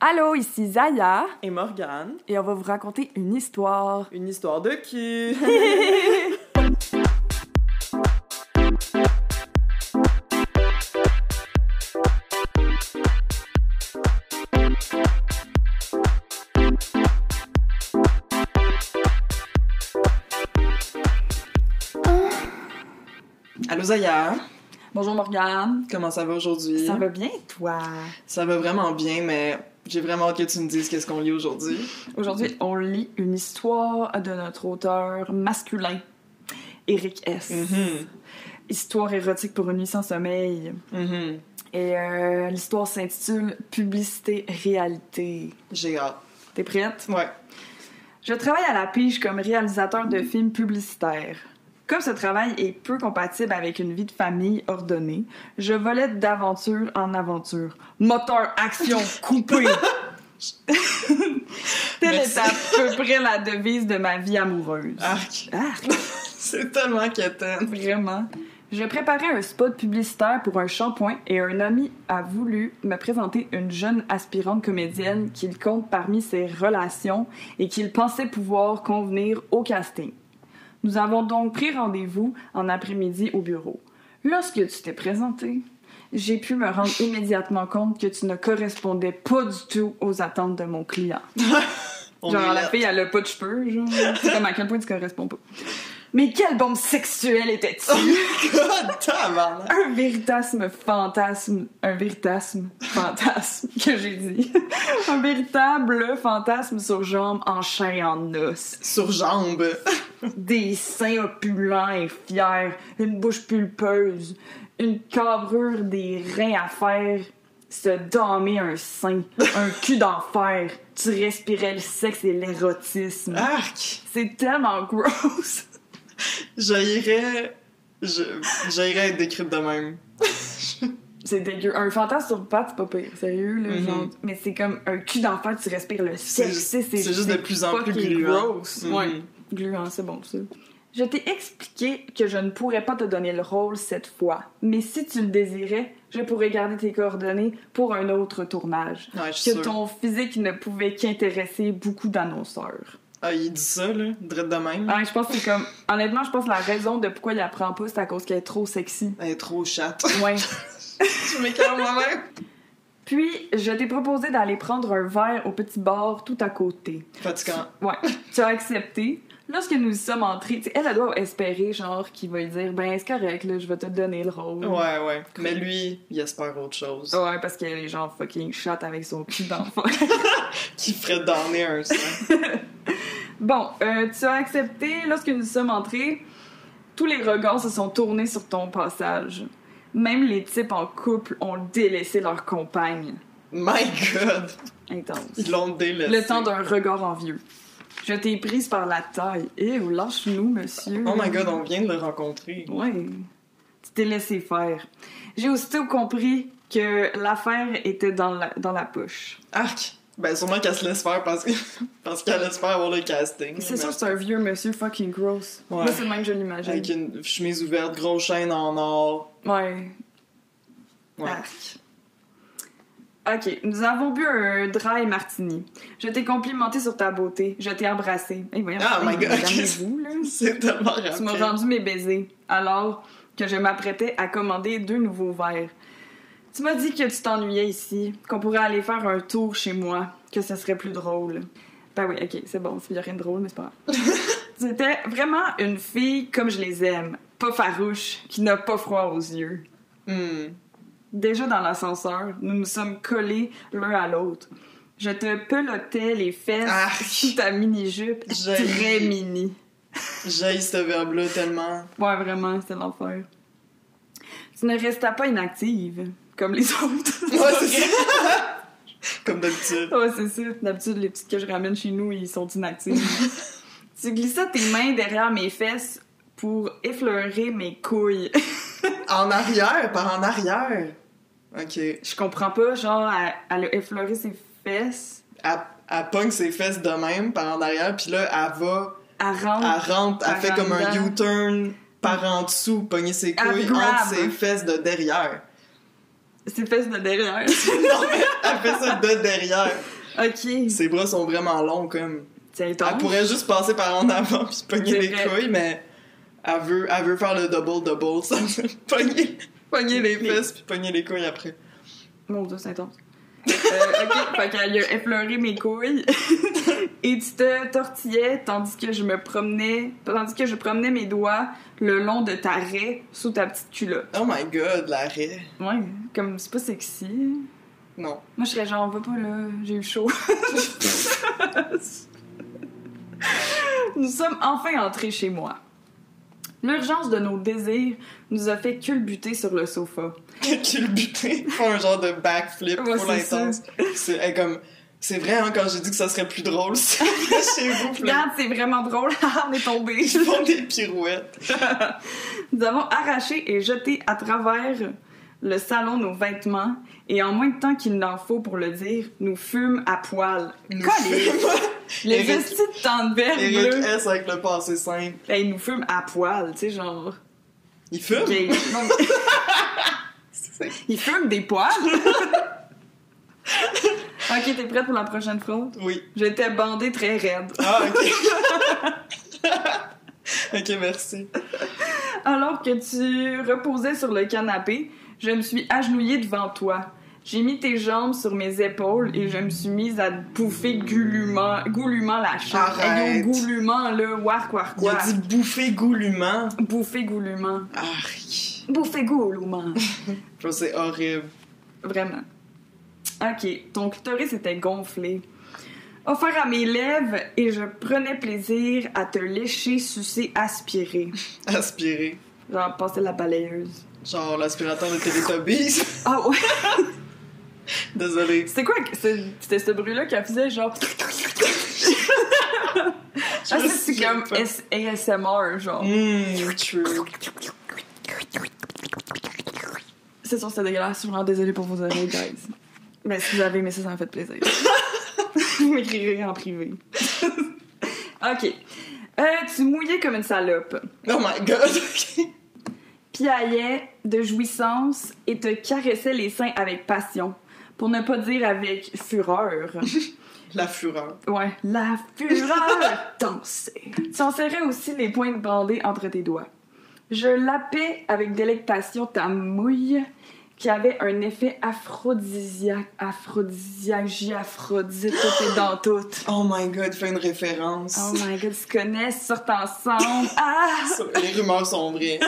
Allô, ici Zaya et Morgane. et on va vous raconter une histoire. Une histoire de qui Allô Zaya, Bonjour Morgane. comment ça va aujourd'hui? Ça va bien toi Ça va vraiment bien, mais j'ai vraiment hâte que tu me dises qu'est-ce qu'on lit aujourd'hui. Aujourd'hui, on lit une histoire de notre auteur masculin, Eric S. Mm-hmm. Mhm, Histoire érotique pour une nuit sans sommeil. mhm. Et euh, l'histoire s'intitule Publicité réalité. J'ai hâte. T'es prête Ouais. Je travaille à la pige comme réalisateur de films publicitaires. Comme ce travail est peu compatible avec une vie de famille ordonnée, je volais d'aventure en aventure. Moteur, action, coupé! Telle est Merci. à peu près la devise de ma vie amoureuse. Arc. Ah, C'est tellement inquiétant. Vraiment. Je préparais un spot publicitaire pour un shampoing et un ami a voulu me présenter une jeune aspirante comédienne qu'il compte parmi ses relations et qu'il pensait pouvoir convenir au casting. Nous avons donc pris rendez-vous en après-midi au bureau. Lorsque tu t'es présenté, j'ai pu me rendre immédiatement compte que tu ne correspondais pas du tout aux attentes de mon client. On genre, est la là. fille, elle a pas de cheveux, genre. C'est comme à quel point tu corresponds pas. Mais quelle bombe sexuelle était-il? God, tabarnak. un véritasme fantasme, un véritasme fantasme que j'ai dit, un véritable fantasme sur jambes en chair et en os, Sur jambe. des seins opulents et fiers, une bouche pulpeuse, une cabrure des reins à faire, se damer un sein, un cul d'enfer, tu respirais le sexe et l'érotisme. Ah. Arc. C'est tellement gross. J'irais. J'irais être décrite de même. C'est dégueu. Un fantasme sur pattes, c'est pas pire. Sérieux, là. Mhm. genre, mais c'est comme un cul d'enfant, tu respires le sexe. juste- C'est c'est c'est juste de plus en plus fucking gluant. gross. Mhm. Ouais. Gluant, c'est bon, ça. Je t'ai expliqué que je ne pourrais pas te donner le rôle cette fois, mais si tu le désirais, je pourrais garder tes coordonnées pour un autre tournage. Ouais, je suis Que sûre. ton physique ne pouvait qu'intéresser beaucoup d'annonceurs. Ah, il dit ça, là. Drette de même. Ouais, je pense que c'est comme. Honnêtement, je pense que la raison de pourquoi il apprend pas, c'est à cause qu'elle est trop sexy. Elle est trop chatte. Ouais. Je m'écarte moi-même. Puis, je t'ai proposé d'aller prendre un verre au petit bar tout à côté. Fatigant. Ouais. tu as accepté. Lorsque nous y sommes entrés, tu sais, elle, elle doit espérer, genre, qu'il va lui dire Ben, c'est correct, là, je vais te donner le rôle. Ouais, ouais. Mais lui, il espère autre chose. Ouais, parce qu'elle est genre fucking chatte avec son cul d'enfant. Qui ferait donner un sang. bon, euh, tu as accepté. Lorsque nous y sommes entrés, tous les regards se sont tournés sur ton passage. Même les types en couple ont délaissé leur compagne. My god! Intense. Ils l'ont délaissé. Le temps d'un regard envieux. Je t'ai prise par la taille. Eh, oh, lâche-nous, monsieur. Oh my god, on vient de le rencontrer. Ouais. Tu t'es laissé faire. J'ai aussitôt compris que l'affaire était dans la, dans la poche. Arc! Ben, sûrement qu'elle se laisse faire parce que- parce qu'elle espère avoir le casting. C'est sûr que c'est un vieux monsieur fucking gross. Mm, Ouais. Moi, c'est le même que je l'imagine. Avec une chemise ouverte, grosse chaîne en or. Ouais. Ouais. Arc. Ok, nous avons bu un dry martini. Je t'ai complimenté sur ta beauté. Je t'ai embrassé. Eh, voyons, Ah, eh, my God. calmez-vous, là. C'est tellement Tu m'as rapide. rendu mes baisers, alors que je m'apprêtais à commander deux nouveaux verres. Tu m'as dit que tu t'ennuyais ici, qu'on pourrait aller faire un tour chez moi, que ce serait plus drôle. Ben oui, ok, c'est bon, il y a rien de drôle, mais c'est pas grave. C'était vraiment une fille comme je les aime, pas farouche, qui n'a pas froid aux yeux. Hmm. Déjà dans l'ascenseur, nous nous sommes collés l'un à l'autre. Je te pelotais les fesses Arc. sous ta mini-jupe, Joli. très mini. J'haïs ce verbe-là tellement. Ouais, vraiment, c'était l'enfer. Tu ne restas pas inactive, comme les autres. Ouais, c'est ça. Comme d'habitude. Ouais, c'est ça. D'habitude, les petites que je ramène chez nous, ils sont inactifs. tu glissas tes mains derrière mes fesses pour effleurer mes couilles. En arrière, par en arrière. Ok. je comprends pas, genre, elle, elle a effleuré ses fesses, Elle, elle pogne ses fesses de même, par en arrière, puis là, elle va, elle rentre. elle rentre, elle Ah, Par fait en comme un dedans. U-turn par en dessous, pogner ses Elle couilles grab. entre ses fesses de derrière. Ses fesses de derrière. non, mais elle fait ça de derrière. Ok. Ses bras sont vraiment longs, comme. Tiens, Elle pourrait juste passer par en avant puis se pogner C'est les vrai. couilles, mais elle veut, elle veut faire le double-double, ça. pogner, pogner les Les- fesses puis pogner les couilles après. Mon dieu, c'est intense. Euh, ok, fait qu'elle a effleuré mes couilles. Et tu te tortillais tandis que je me promenais, tandis que je promenais mes doigts le long de ta raie sous ta petite culotte. Oh my god, l'arrêt. Ouais, comme c'est pas sexy. Non. Moi, je serais genre, va pas là, j'ai eu chaud. nous sommes enfin entrés chez moi. L'urgence de nos désirs nous a fait culbuter sur le sofa. qui le butait. Font un genre de backflip Ouais, pour c'est l'intense. C'est elle, comme. C'est vrai, hein, quand j'ai dit que ça serait plus drôle, c'est chez vous, puis là, Regarde, c'est vraiment drôle, on est tombés. ils font des pirouettes. Nous avons arraché et jeté à travers le salon nos vêtements et en moins de temps qu'il n'en faut pour le dire, nous fûmes à poil. Nous Collier! Les Eric- vestis de tente Eric bleue, S avec le passé simple. ben, ils nous fument à poil, tu sais, genre... Il fume? gay. Non, mais- C'est- Ils fument des poils? ok, t'es prête pour la prochaine phrase? Oui. J'étais bandée très raide. Ah, ok. ok, merci. Alors que tu reposais sur le canapé, je me suis agenouillée devant toi. J'ai mis tes jambes sur mes épaules et je me suis mise à te bouffer goulûment, goulûment la chair. Arrête. Hey, yo, goulûment, là, wark, wark, Il a wark. dit bouffer goulûment. Bouffer goulûment. Arrête. Bouffer goulûment. Je sais, c'est horrible. Vraiment. Ok, ton clitoris était gonflé. Offert à mes lèvres et je prenais plaisir à te lécher, sucer, aspirer. Aspirer. Genre, passer la balayeuse. Genre l'aspirateur de Teletubbies. Ah ouais! Désolée. C'était quoi? que- c'est- C'était ce bruit-là qu'elle faisait, genre. Je Ah, ça, me c'est souviens comme pas. S- ASMR, genre. Mmh, true. C'est sûr, c'était dégueulasse. Je suis vraiment désolée pour vos oreilles, guys. Mais Ben, si vous avez aimé ça, ça m'a fait plaisir. vous m'écrirez en privé. ok. Euh, tu mouillais comme une salope. Oh my god, ok. piaillait de jouissance et te caressait les seins avec passion, pour ne pas dire avec fureur. La fureur. Ouais, la fureur dansait. Tu en serrais aussi les pointes bandées entre tes doigts. Je lapais avec délectation ta mouille qui avait un effet aphrodisiaque, aphrodisiaque, j'ai aphrodite, tout est dans tout. Oh my god, fais une référence. Oh my god, tu connais, sortent ensemble. Ah! Les rumeurs sont vraies.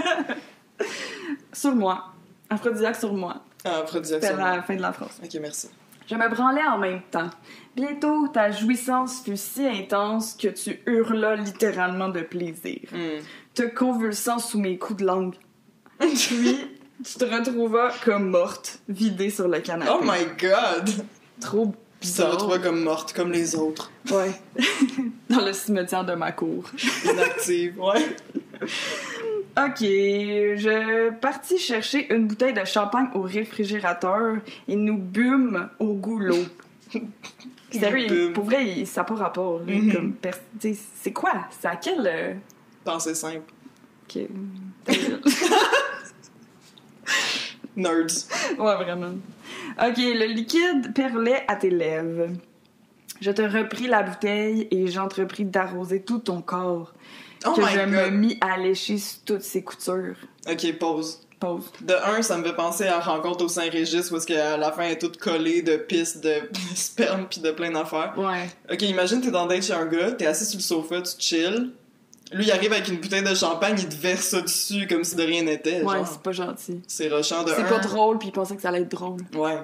Sur moi. Aphrodisiaque sur moi. Ah, production. C'est la fin de la phrase. Ok, merci. Je me branlais en même temps. Bientôt, ta jouissance fut si intense que tu hurlas littéralement de plaisir, Hmm. te convulsant sous mes coups de langue. Puis, tu te retrouvas comme morte, vidée sur le canapé. Oh my god! Trop Puis ça bizarre. retrouve comme morte, comme les autres. Ouais. Dans le cimetière de ma cour. Inactive, ouais. Ok, je partis chercher une bouteille de champagne au réfrigérateur et nous bûmes au goulot. Sérieux, Nous bûmes. pour vrai, il- ça n'a pas rapport. là, Mhm. comme pers- tu sais, C'est quoi? C'est à quel... euh, Pensée simple. que- Nerds. ouais, vraiment. Ok, le liquide perlait à tes lèvres. Je te repris la bouteille et j'entrepris d'arroser tout ton corps, Oh que my je me god. mis à lécher sous toutes ses coutures. Ok, pause. Pause. De un, ça me fait penser à Rencontre au Saint-Régis où est-ce qu'à la fin elle est toute collée de pistes, de sperme puis de plein d'affaires. Ouais. Ok, imagine t'es dans date chez un gars, t'es assis sur le sofa, tu chill. Lui, il arrive avec une bouteille de champagne, il te verse ça dessus comme si de rien n'était. Ouais, genre. c'est pas gentil. C'est rushant de C'est un. pas drôle, puis il pensait que ça allait être drôle. Ouais.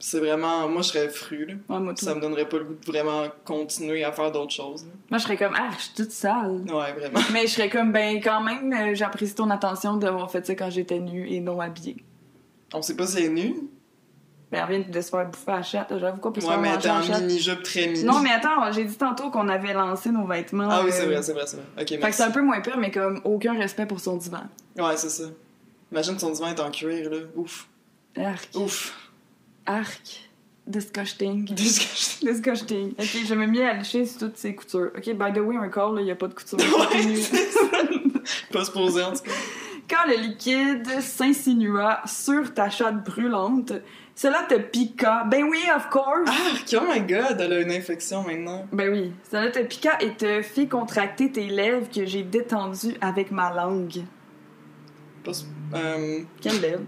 C'est vraiment. Moi, je serais fru, là. Ouais, moi, tout. Ça me donnerait pas le goût de vraiment continuer à faire d'autres choses. là. Moi, je serais comme, ah, je suis toute sale. Ouais, vraiment. Mais je serais comme, ben, quand même, euh, j'apprécie ton attention d'avoir fait ça quand j'étais nue et non habillée. On sait pas si elle est nue. Ben, elle vient de se faire bouffer à la chatte. J'avoue qu'on peut se Ouais, faire mais elle manger était à la en chatte. mini-jupe très mini. Non, mais attends, j'ai dit tantôt qu'on avait lancé nos vêtements. Ah oui, euh, c'est vrai, c'est vrai, c'est vrai. Ok, Fait que merci. c'est un peu moins pire, mais comme aucun respect pour son divan. Ouais, c'est ça. Imagine son divan est en cuir, là. Ouf. Arc. Ouf. Arc. Disgusting. Disgusting. Disgusting. Ok, je me mis à lécher sur toutes ses coutures. Ok, by the way, un corps, là, y a pas de couture. Ouais. Pas se poser, en tout cas. Quand quand le liquide s'insinua sur ta chatte brûlante, cela te piqua. Ben oui, of course! Arc, oh my god, elle a une infection maintenant. Ben oui, cela te piqua et te fit contracter tes lèvres que j'ai détendues avec ma langue. Pas s- euh, Quelle lèvre!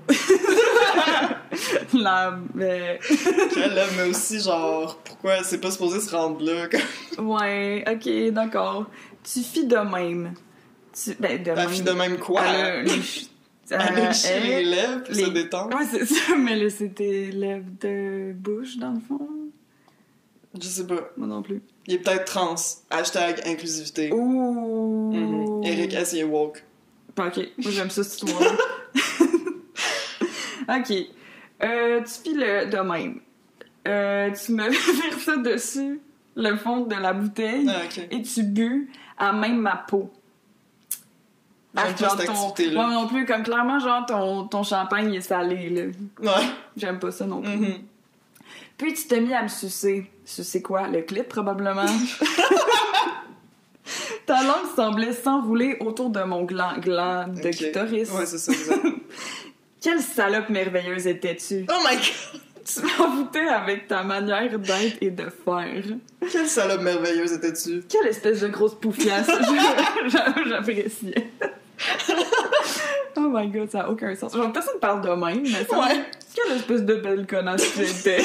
La... euh, quelle lèvre, mais aussi, genre, pourquoi c'est pas supposé se rendre là? comme- Ouais, ok, d'accord. Tu fis de même. Tu... Ben, de La même. fille de même quoi? Elle a- Elle les- a euh, léché les elle- lèvres pour les- se détendre? Ouais, c'est ça, mais là, c'était lèvres de bouche, dans le fond. Je sais pas. Moi non plus. Il est peut-être trans. Hashtag inclusivité. Ouh! Mhm. Eric S. il est woke. Bon, Mm-hmm. ok, moi j'aime ça cette histoire. ok. Euh, tu files le- de même. Euh, tu me verses ça dessus, le fond de la bouteille, Ah, ok. et tu bus à même ma peau. J'aime pas Genre cette ton- activité-là. Moi non plus, comme clairement, genre ton, ton champagne est salé, là. Ouais. J'aime pas ça non plus. Mhm. Puis tu t'es mis à me sucer. Sucer quoi? Le clip, probablement. Ta langue semblait s'enrouler autour de mon gland, gland de Ok. clitoris. Ouais, c'est ça, exact. Quelle salope merveilleuse étais-tu? Oh my god! Tu m'envoûtais avec ta manière d'être et de faire. Quelle salope merveilleuse étais-tu? Quelle espèce de grosse poufiasse! Je- j'a- J'appréciais. oh my god, ça a aucun sens. Genre, personne parle de même, mais ça... Ouais. Quelle espèce de belle connasse tu étais!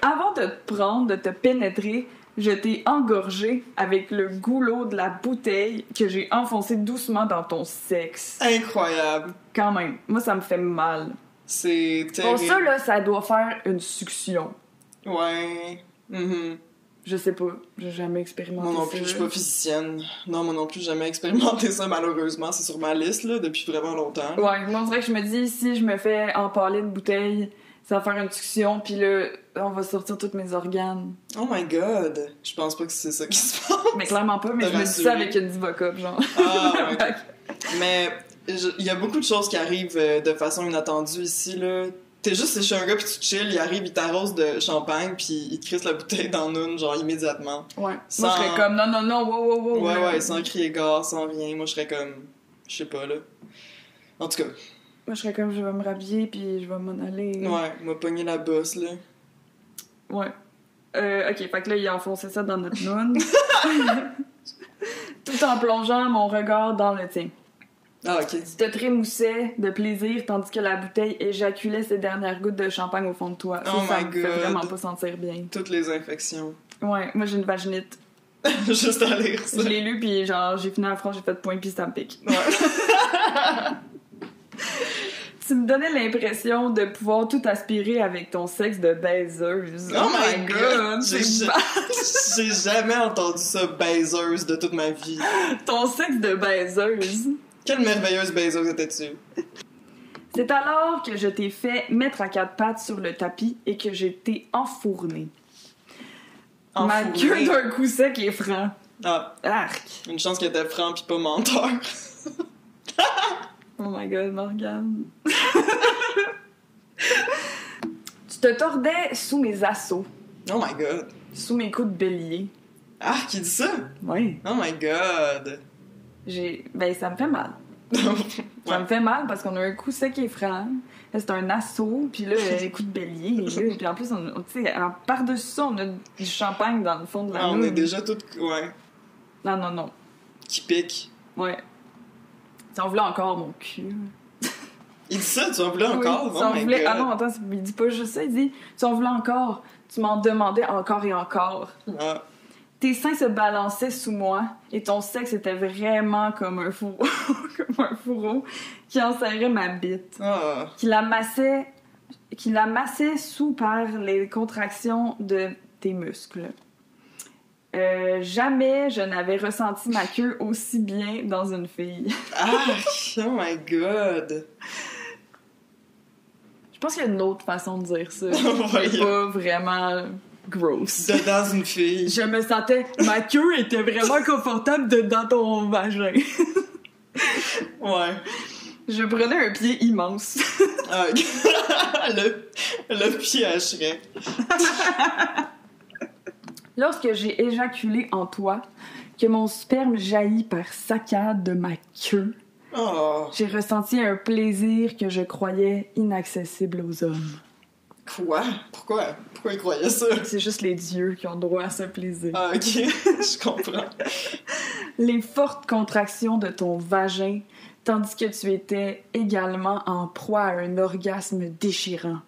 Avant de te prendre, de te pénétrer, je t'ai engorgé avec le goulot de la bouteille que j'ai enfoncé doucement dans ton sexe. Incroyable. Quand même, moi ça me fait mal. C'est Pour terrible. ça, là, ça doit faire une succion. Ouais. Mhm. Je sais pas, j'ai jamais expérimenté Moi non ça. plus, je suis pas physicienne. Non, moi non plus, j'ai jamais expérimenté ça, malheureusement. C'est sur ma liste, là, depuis vraiment longtemps. Ouais, moi, on dirait que je me dis, si je me fais empaler une bouteille, ça va faire une succion, puis là, on va sortir tous mes organes. Oh my god! Je pense pas que c'est ça qui se passe. Mais clairement pas, mais je me dis Rassuré. ça avec une divocup, genre. Ah, ouais. Mais je- il y a beaucoup de choses qui arrivent euh, de façon inattendue ici, là. T'es juste chez un gars, puis tu chill, il arrive, il t'arrose de champagne, puis il te crisse la bouteille dans une, genre, immédiatement. ouais. Moi, Sans- je serais comme, non, non, non, wow, wow, wow. Ouais, là. ouais, sans crier gare, sans rien. Moi, je serais comme... Je sais pas, là. En tout cas, Moi, je serais comme, je vais me rhabiller, puis je vais m'en aller. ouais, m'a pogné la bosse, là. Ouais. Euh, ok, fait que là, il a enfoncé ça dans notre noun. Tout en plongeant mon regard dans le tien. Ah, ok. Tu te trémoussais de plaisir tandis que la bouteille éjaculait ses dernières gouttes de champagne au fond de toi. Ça, Oh ça my me fait God. vraiment pas sentir bien. Toutes les infections. Ouais, moi j'ai une vaginite. Juste à lire ça. Je l'ai lu puis genre j'ai fini en France, j'ai fait point puis ça me pique. Ouais. Tu me donnais l'impression de pouvoir tout aspirer avec ton sexe de baiseuse. Oh my god! J'ai c'est ja- j'ai jamais entendu ça baiseuse de toute ma vie. ba- Ton sexe de baiseuse. Quelle merveilleuse baiseuse étais-tu? C'est alors que je t'ai fait mettre à quatre pattes sur le tapis et que j'ai été enfournée. Ma queue Enfournée. d'un coup sec et franc. Ah, Arc. une chance qu'elle était franc pis pas menteur. Oh my god, Morgane. tu te tordais sous mes assauts, Oh my god. sous mes coups de bélier. Ah, qui dit ça? Ouais. Oh my god. J'ai. Ben, ça me fait mal. Ça Ouais. me fait mal parce qu'on a un coup sec et franc. Là, c'est un assaut, puis là, euh, les coups de bélier. et là, puis en plus, on, on- tu sais, en- par-dessus ça, on a du champagne dans le fond de la Ah, on lune. est déjà toutes. Ouais. Non, non, non. Qui pique. Ouais. Si on voulait encore mon cul. Il dit ça, tu en voulais encore? Oui, si oh on my voulait- god. Ah non, attends, c'est- il dit pas juste ça, il dit si on voulait encore, tu m'en demandais encore et encore. Ah. Tes seins se balançaient sous moi et ton sexe était vraiment comme un fourreau, comme un fourreau qui enserrait ma bite, Ah. qui la massait, qui la massait sous par les contractions de tes muscles. Euh, jamais je n'avais ressenti ma queue aussi bien dans une fille. Ah, oh my god. Je pense qu'il y a une autre façon de dire ça. C'est Voyons. pas vraiment gross. Dedans une fille. Je me sentais. Ma queue était vraiment confortable dedans ton vagin. Ouais. Je prenais un pied immense. Ah, ok. le, le pied à Shrek. Lorsque j'ai éjaculé en toi, que mon sperme jaillit par saccades de ma queue. Oh, J'ai ressenti un plaisir que je croyais inaccessible aux hommes. quoi? Pourquoi? Pourquoi il croyait ça? C'est juste les dieux qui ont droit à ce plaisir. Ah, ok, je comprends. Les fortes contractions de ton vagin, tandis que tu étais également en proie à un orgasme déchirant,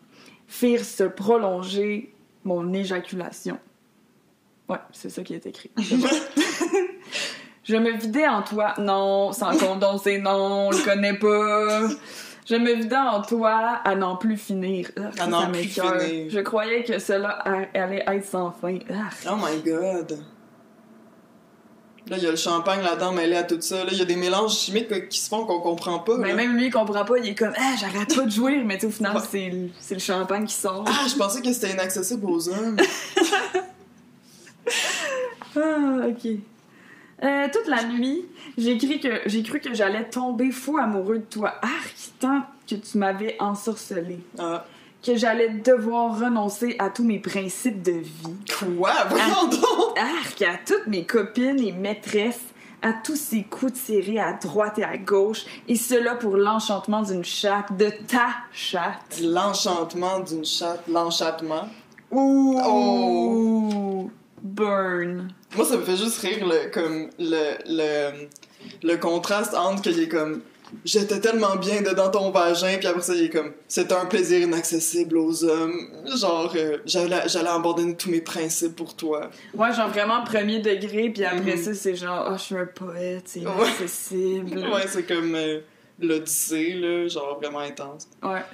firent se prolonger mon éjaculation. Ouais, c'est ça qui est écrit. C'est bon. Je me vidais en toi. Non, sans condom, c'est non, on le connaît pas. Je me vidais en toi à n'en plus finir. Ah, ça, n'en ça plus m'écoeure. finir. Je croyais que cela a- allait être sans fin. Ah. Oh my god. Là, il y a le champagne là-dedans mêlé à tout ça. Là, il y a des mélanges chimiques euh, qui se font qu'on comprend pas. Mais là. Ben, même lui, il comprend pas, il est comme, ah, j'arrête pas de jouir, mais tu sais, au final, Ouais. c'est le, c'est le champagne qui sort. Ah, je pensais que c'était inaccessible aux hommes. Ah, ok. Euh, toute la nuit, j'ai cru que j'ai cru que j'allais tomber fou amoureux de toi, arc, tant que tu m'avais ensorcelé, Ah. que j'allais devoir renoncer à tous mes principes de vie, Quoi? Voyons donc! arc, à toutes mes copines et maîtresses, à tous ces coups tirés à droite et à gauche, et cela pour l'enchantement d'une chatte, de ta chatte. L'enchantement d'une chatte, l'enchattement. Ouh! Oh. Burn. Moi, ça me fait juste rire, le, comme, le, le, le contraste entre qu'il est comme « J'étais tellement bien dedans ton vagin », puis après ça, il est comme « C'est un plaisir inaccessible aux hommes ». Genre, euh, j'allais j'allais abandonner tous mes principes pour toi. Ouais, genre vraiment premier degré, puis après Mhm. ça, c'est genre, ah, je suis un poète, c'est Ouais. inaccessible. Ouais. Ouais, c'est comme euh, l'Odyssée, là, genre vraiment intense.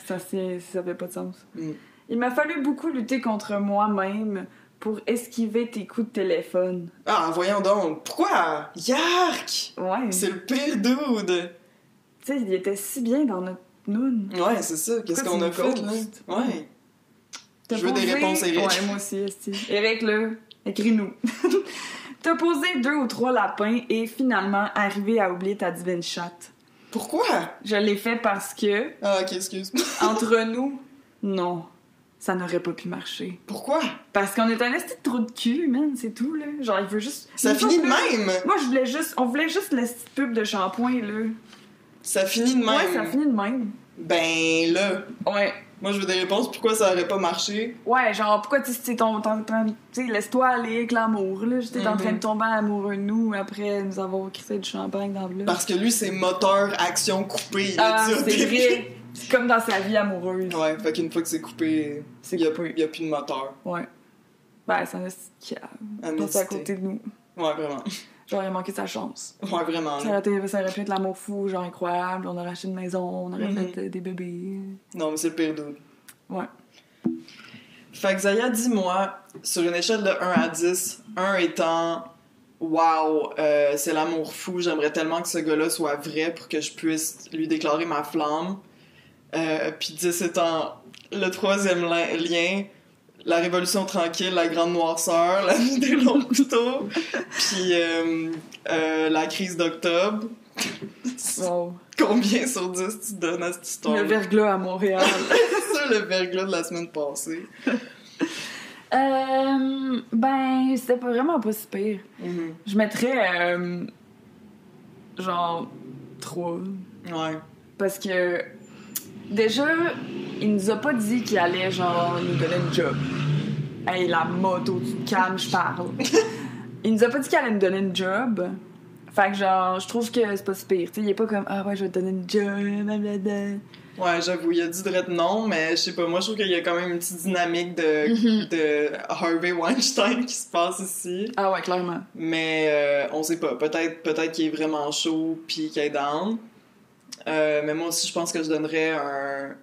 ça, c'est, ça fait pas de sens. Mm. Il m'a fallu beaucoup lutter contre moi-même pour esquiver tes coups de téléphone. Ah, voyons donc, pourquoi? Yark! Ouais. Tu C'est le pire dude! sais, il était si bien dans notre noun. Ouais, c'est ça, qu'est-ce Pourquoi qu'on a tu fait, nous là? ghostes? Ouais. T'as Je veux des posé- réponses, Eric. Ouais, moi aussi, esti. Eric, là, écris-nous. T'as posé deux ou trois lapins et finalement arrivé à oublier ta divine chatte. Pourquoi? Je l'ai fait parce que, Ah, ok, excuse. entre nous, non, ça n'aurait pas pu marcher. Pourquoi? Parce qu'on est un esti de trou de cul, man, c'est tout, là. Genre, il veut juste. Ça Une fois finit de que- même! Moi, je voulais juste. On voulait juste la petite pub de shampoing, là. Ça finit de même! Ouais, ça finit de même. Ben là, Ouais. moi je veux des réponses pourquoi ça aurait pas marché. Ouais, genre, pourquoi tu sais, ton. ton- ton- Tu sais, laisse-toi aller avec l'amour, là. J'étais en train de Mhm. tomber amoureux de nous après nous avoir crissé du champagne dans le. Parce que lui, c'est moteur, action, coupé. Il a Ah, dit au c'est début. vrai. C'est comme dans sa vie amoureuse. Ouais, fait qu'une fois que c'est coupé, C'est il y a, coupé. y a plus de moteur. Ouais. Ben, c'est un esti qui a passé à À méditer. côté de nous. Ouais, vraiment. Genre, il a manqué sa chance. Ouais, vraiment. Ça là. aurait, été, ça aurait pu être l'amour fou, genre incroyable. On aurait acheté une maison, on aurait Mhm. fait euh, des bébés. Non, mais c'est le pire dude. Ouais. Fait que Zaya, dis-moi, sur une échelle de 1 à 10, 1 étant Waouh, c'est l'amour fou, j'aimerais tellement que ce gars-là soit vrai pour que je puisse lui déclarer ma flamme. Euh, Puis 10 étant le troisième li- lien, la révolution tranquille, la grande noirceur, la vie des longs couteaux. Puis euh, euh, la crise d'octobre. Wow. Combien sur 10 tu donnes à cette histoire? Le verglas à Montréal. C'est ça le verglas de la semaine passée. euh, ben, c'était pas vraiment pas si pire. Mhm. Je mettrais euh, genre 3. Ouais. Parce que déjà, il nous a pas dit qu'il allait genre nous donner une job. Hey, la moto, tu te calmes, je parle. il nous a pas dit qu'il allait nous donner une job. Fait que genre, je trouve que c'est pas si pire. Tu sais, il est pas comme Ah ouais, je vais te donner une job, blablabla. Ouais, j'avoue, il a dit direct non, mais je sais pas, moi je trouve qu'il y a quand même une petite dynamique de, de Harvey Weinstein qui se passe ici. Ah ouais, clairement. Mais euh, on sait pas, peut-être peut-être qu'il est vraiment chaud puis qu'il est down. Euh, mais moi aussi, je pense que je donnerais un,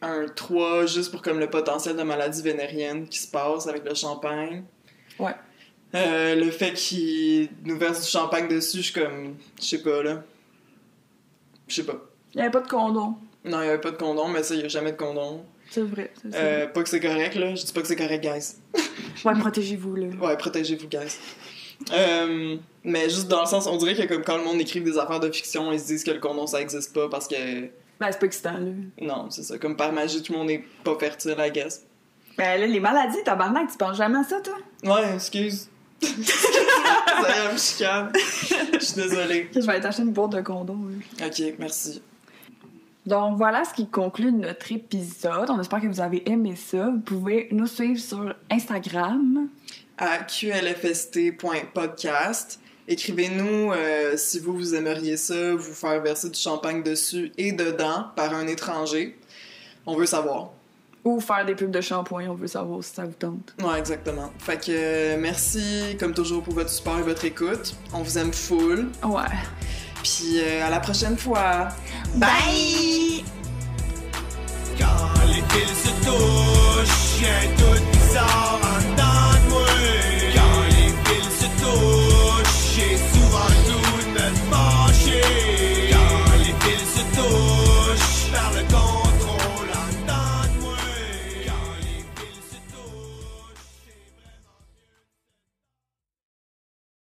un 3 juste pour comme le potentiel de maladie vénérienne qui se passe avec le champagne. Ouais. Euh, le fait qu'il nous verse du champagne dessus, je suis comme, je sais pas là. Je sais pas. Il y avait pas de condom. Non, il y avait pas de condom, mais ça, il y a jamais de condom. C'est vrai. c'est- c'est Euh, pas que c'est correct, là. Je dis pas que c'est correct, guys. vrai. Ouais, protégez-vous, là. Ouais, protégez-vous, guys. Euh, mais juste dans le sens, on dirait que comme quand le monde écrit des affaires de fiction, ils se disent que le condom ça existe pas parce que. Ben, c'est pas excitant, là. Non, c'est ça. Comme par magie, tout le monde est pas fertile, I guess. Ben, là, les maladies, tabarnak, tu penses jamais à ça, toi? Ouais, excuse. Ça y est, elle me chicane. Je suis désolée. Je vais aller t'acheter une boîte de condom. oui. Ok, merci. Donc voilà ce qui conclut notre épisode. On espère que vous avez aimé ça. Vous pouvez nous suivre sur Instagram. À qlfst.podcast. Écrivez-nous euh, si vous, vous aimeriez ça, vous faire verser du champagne dessus et dedans par un étranger. On veut savoir. ou faire des pubs de shampoing. On veut savoir si ça vous tente. Ouais, exactement. Fait que euh, merci, comme toujours, pour votre support et votre écoute. On vous aime full. Ouais. Puis euh, à la prochaine fois. Bye! Quand les fils se touchent, y'a un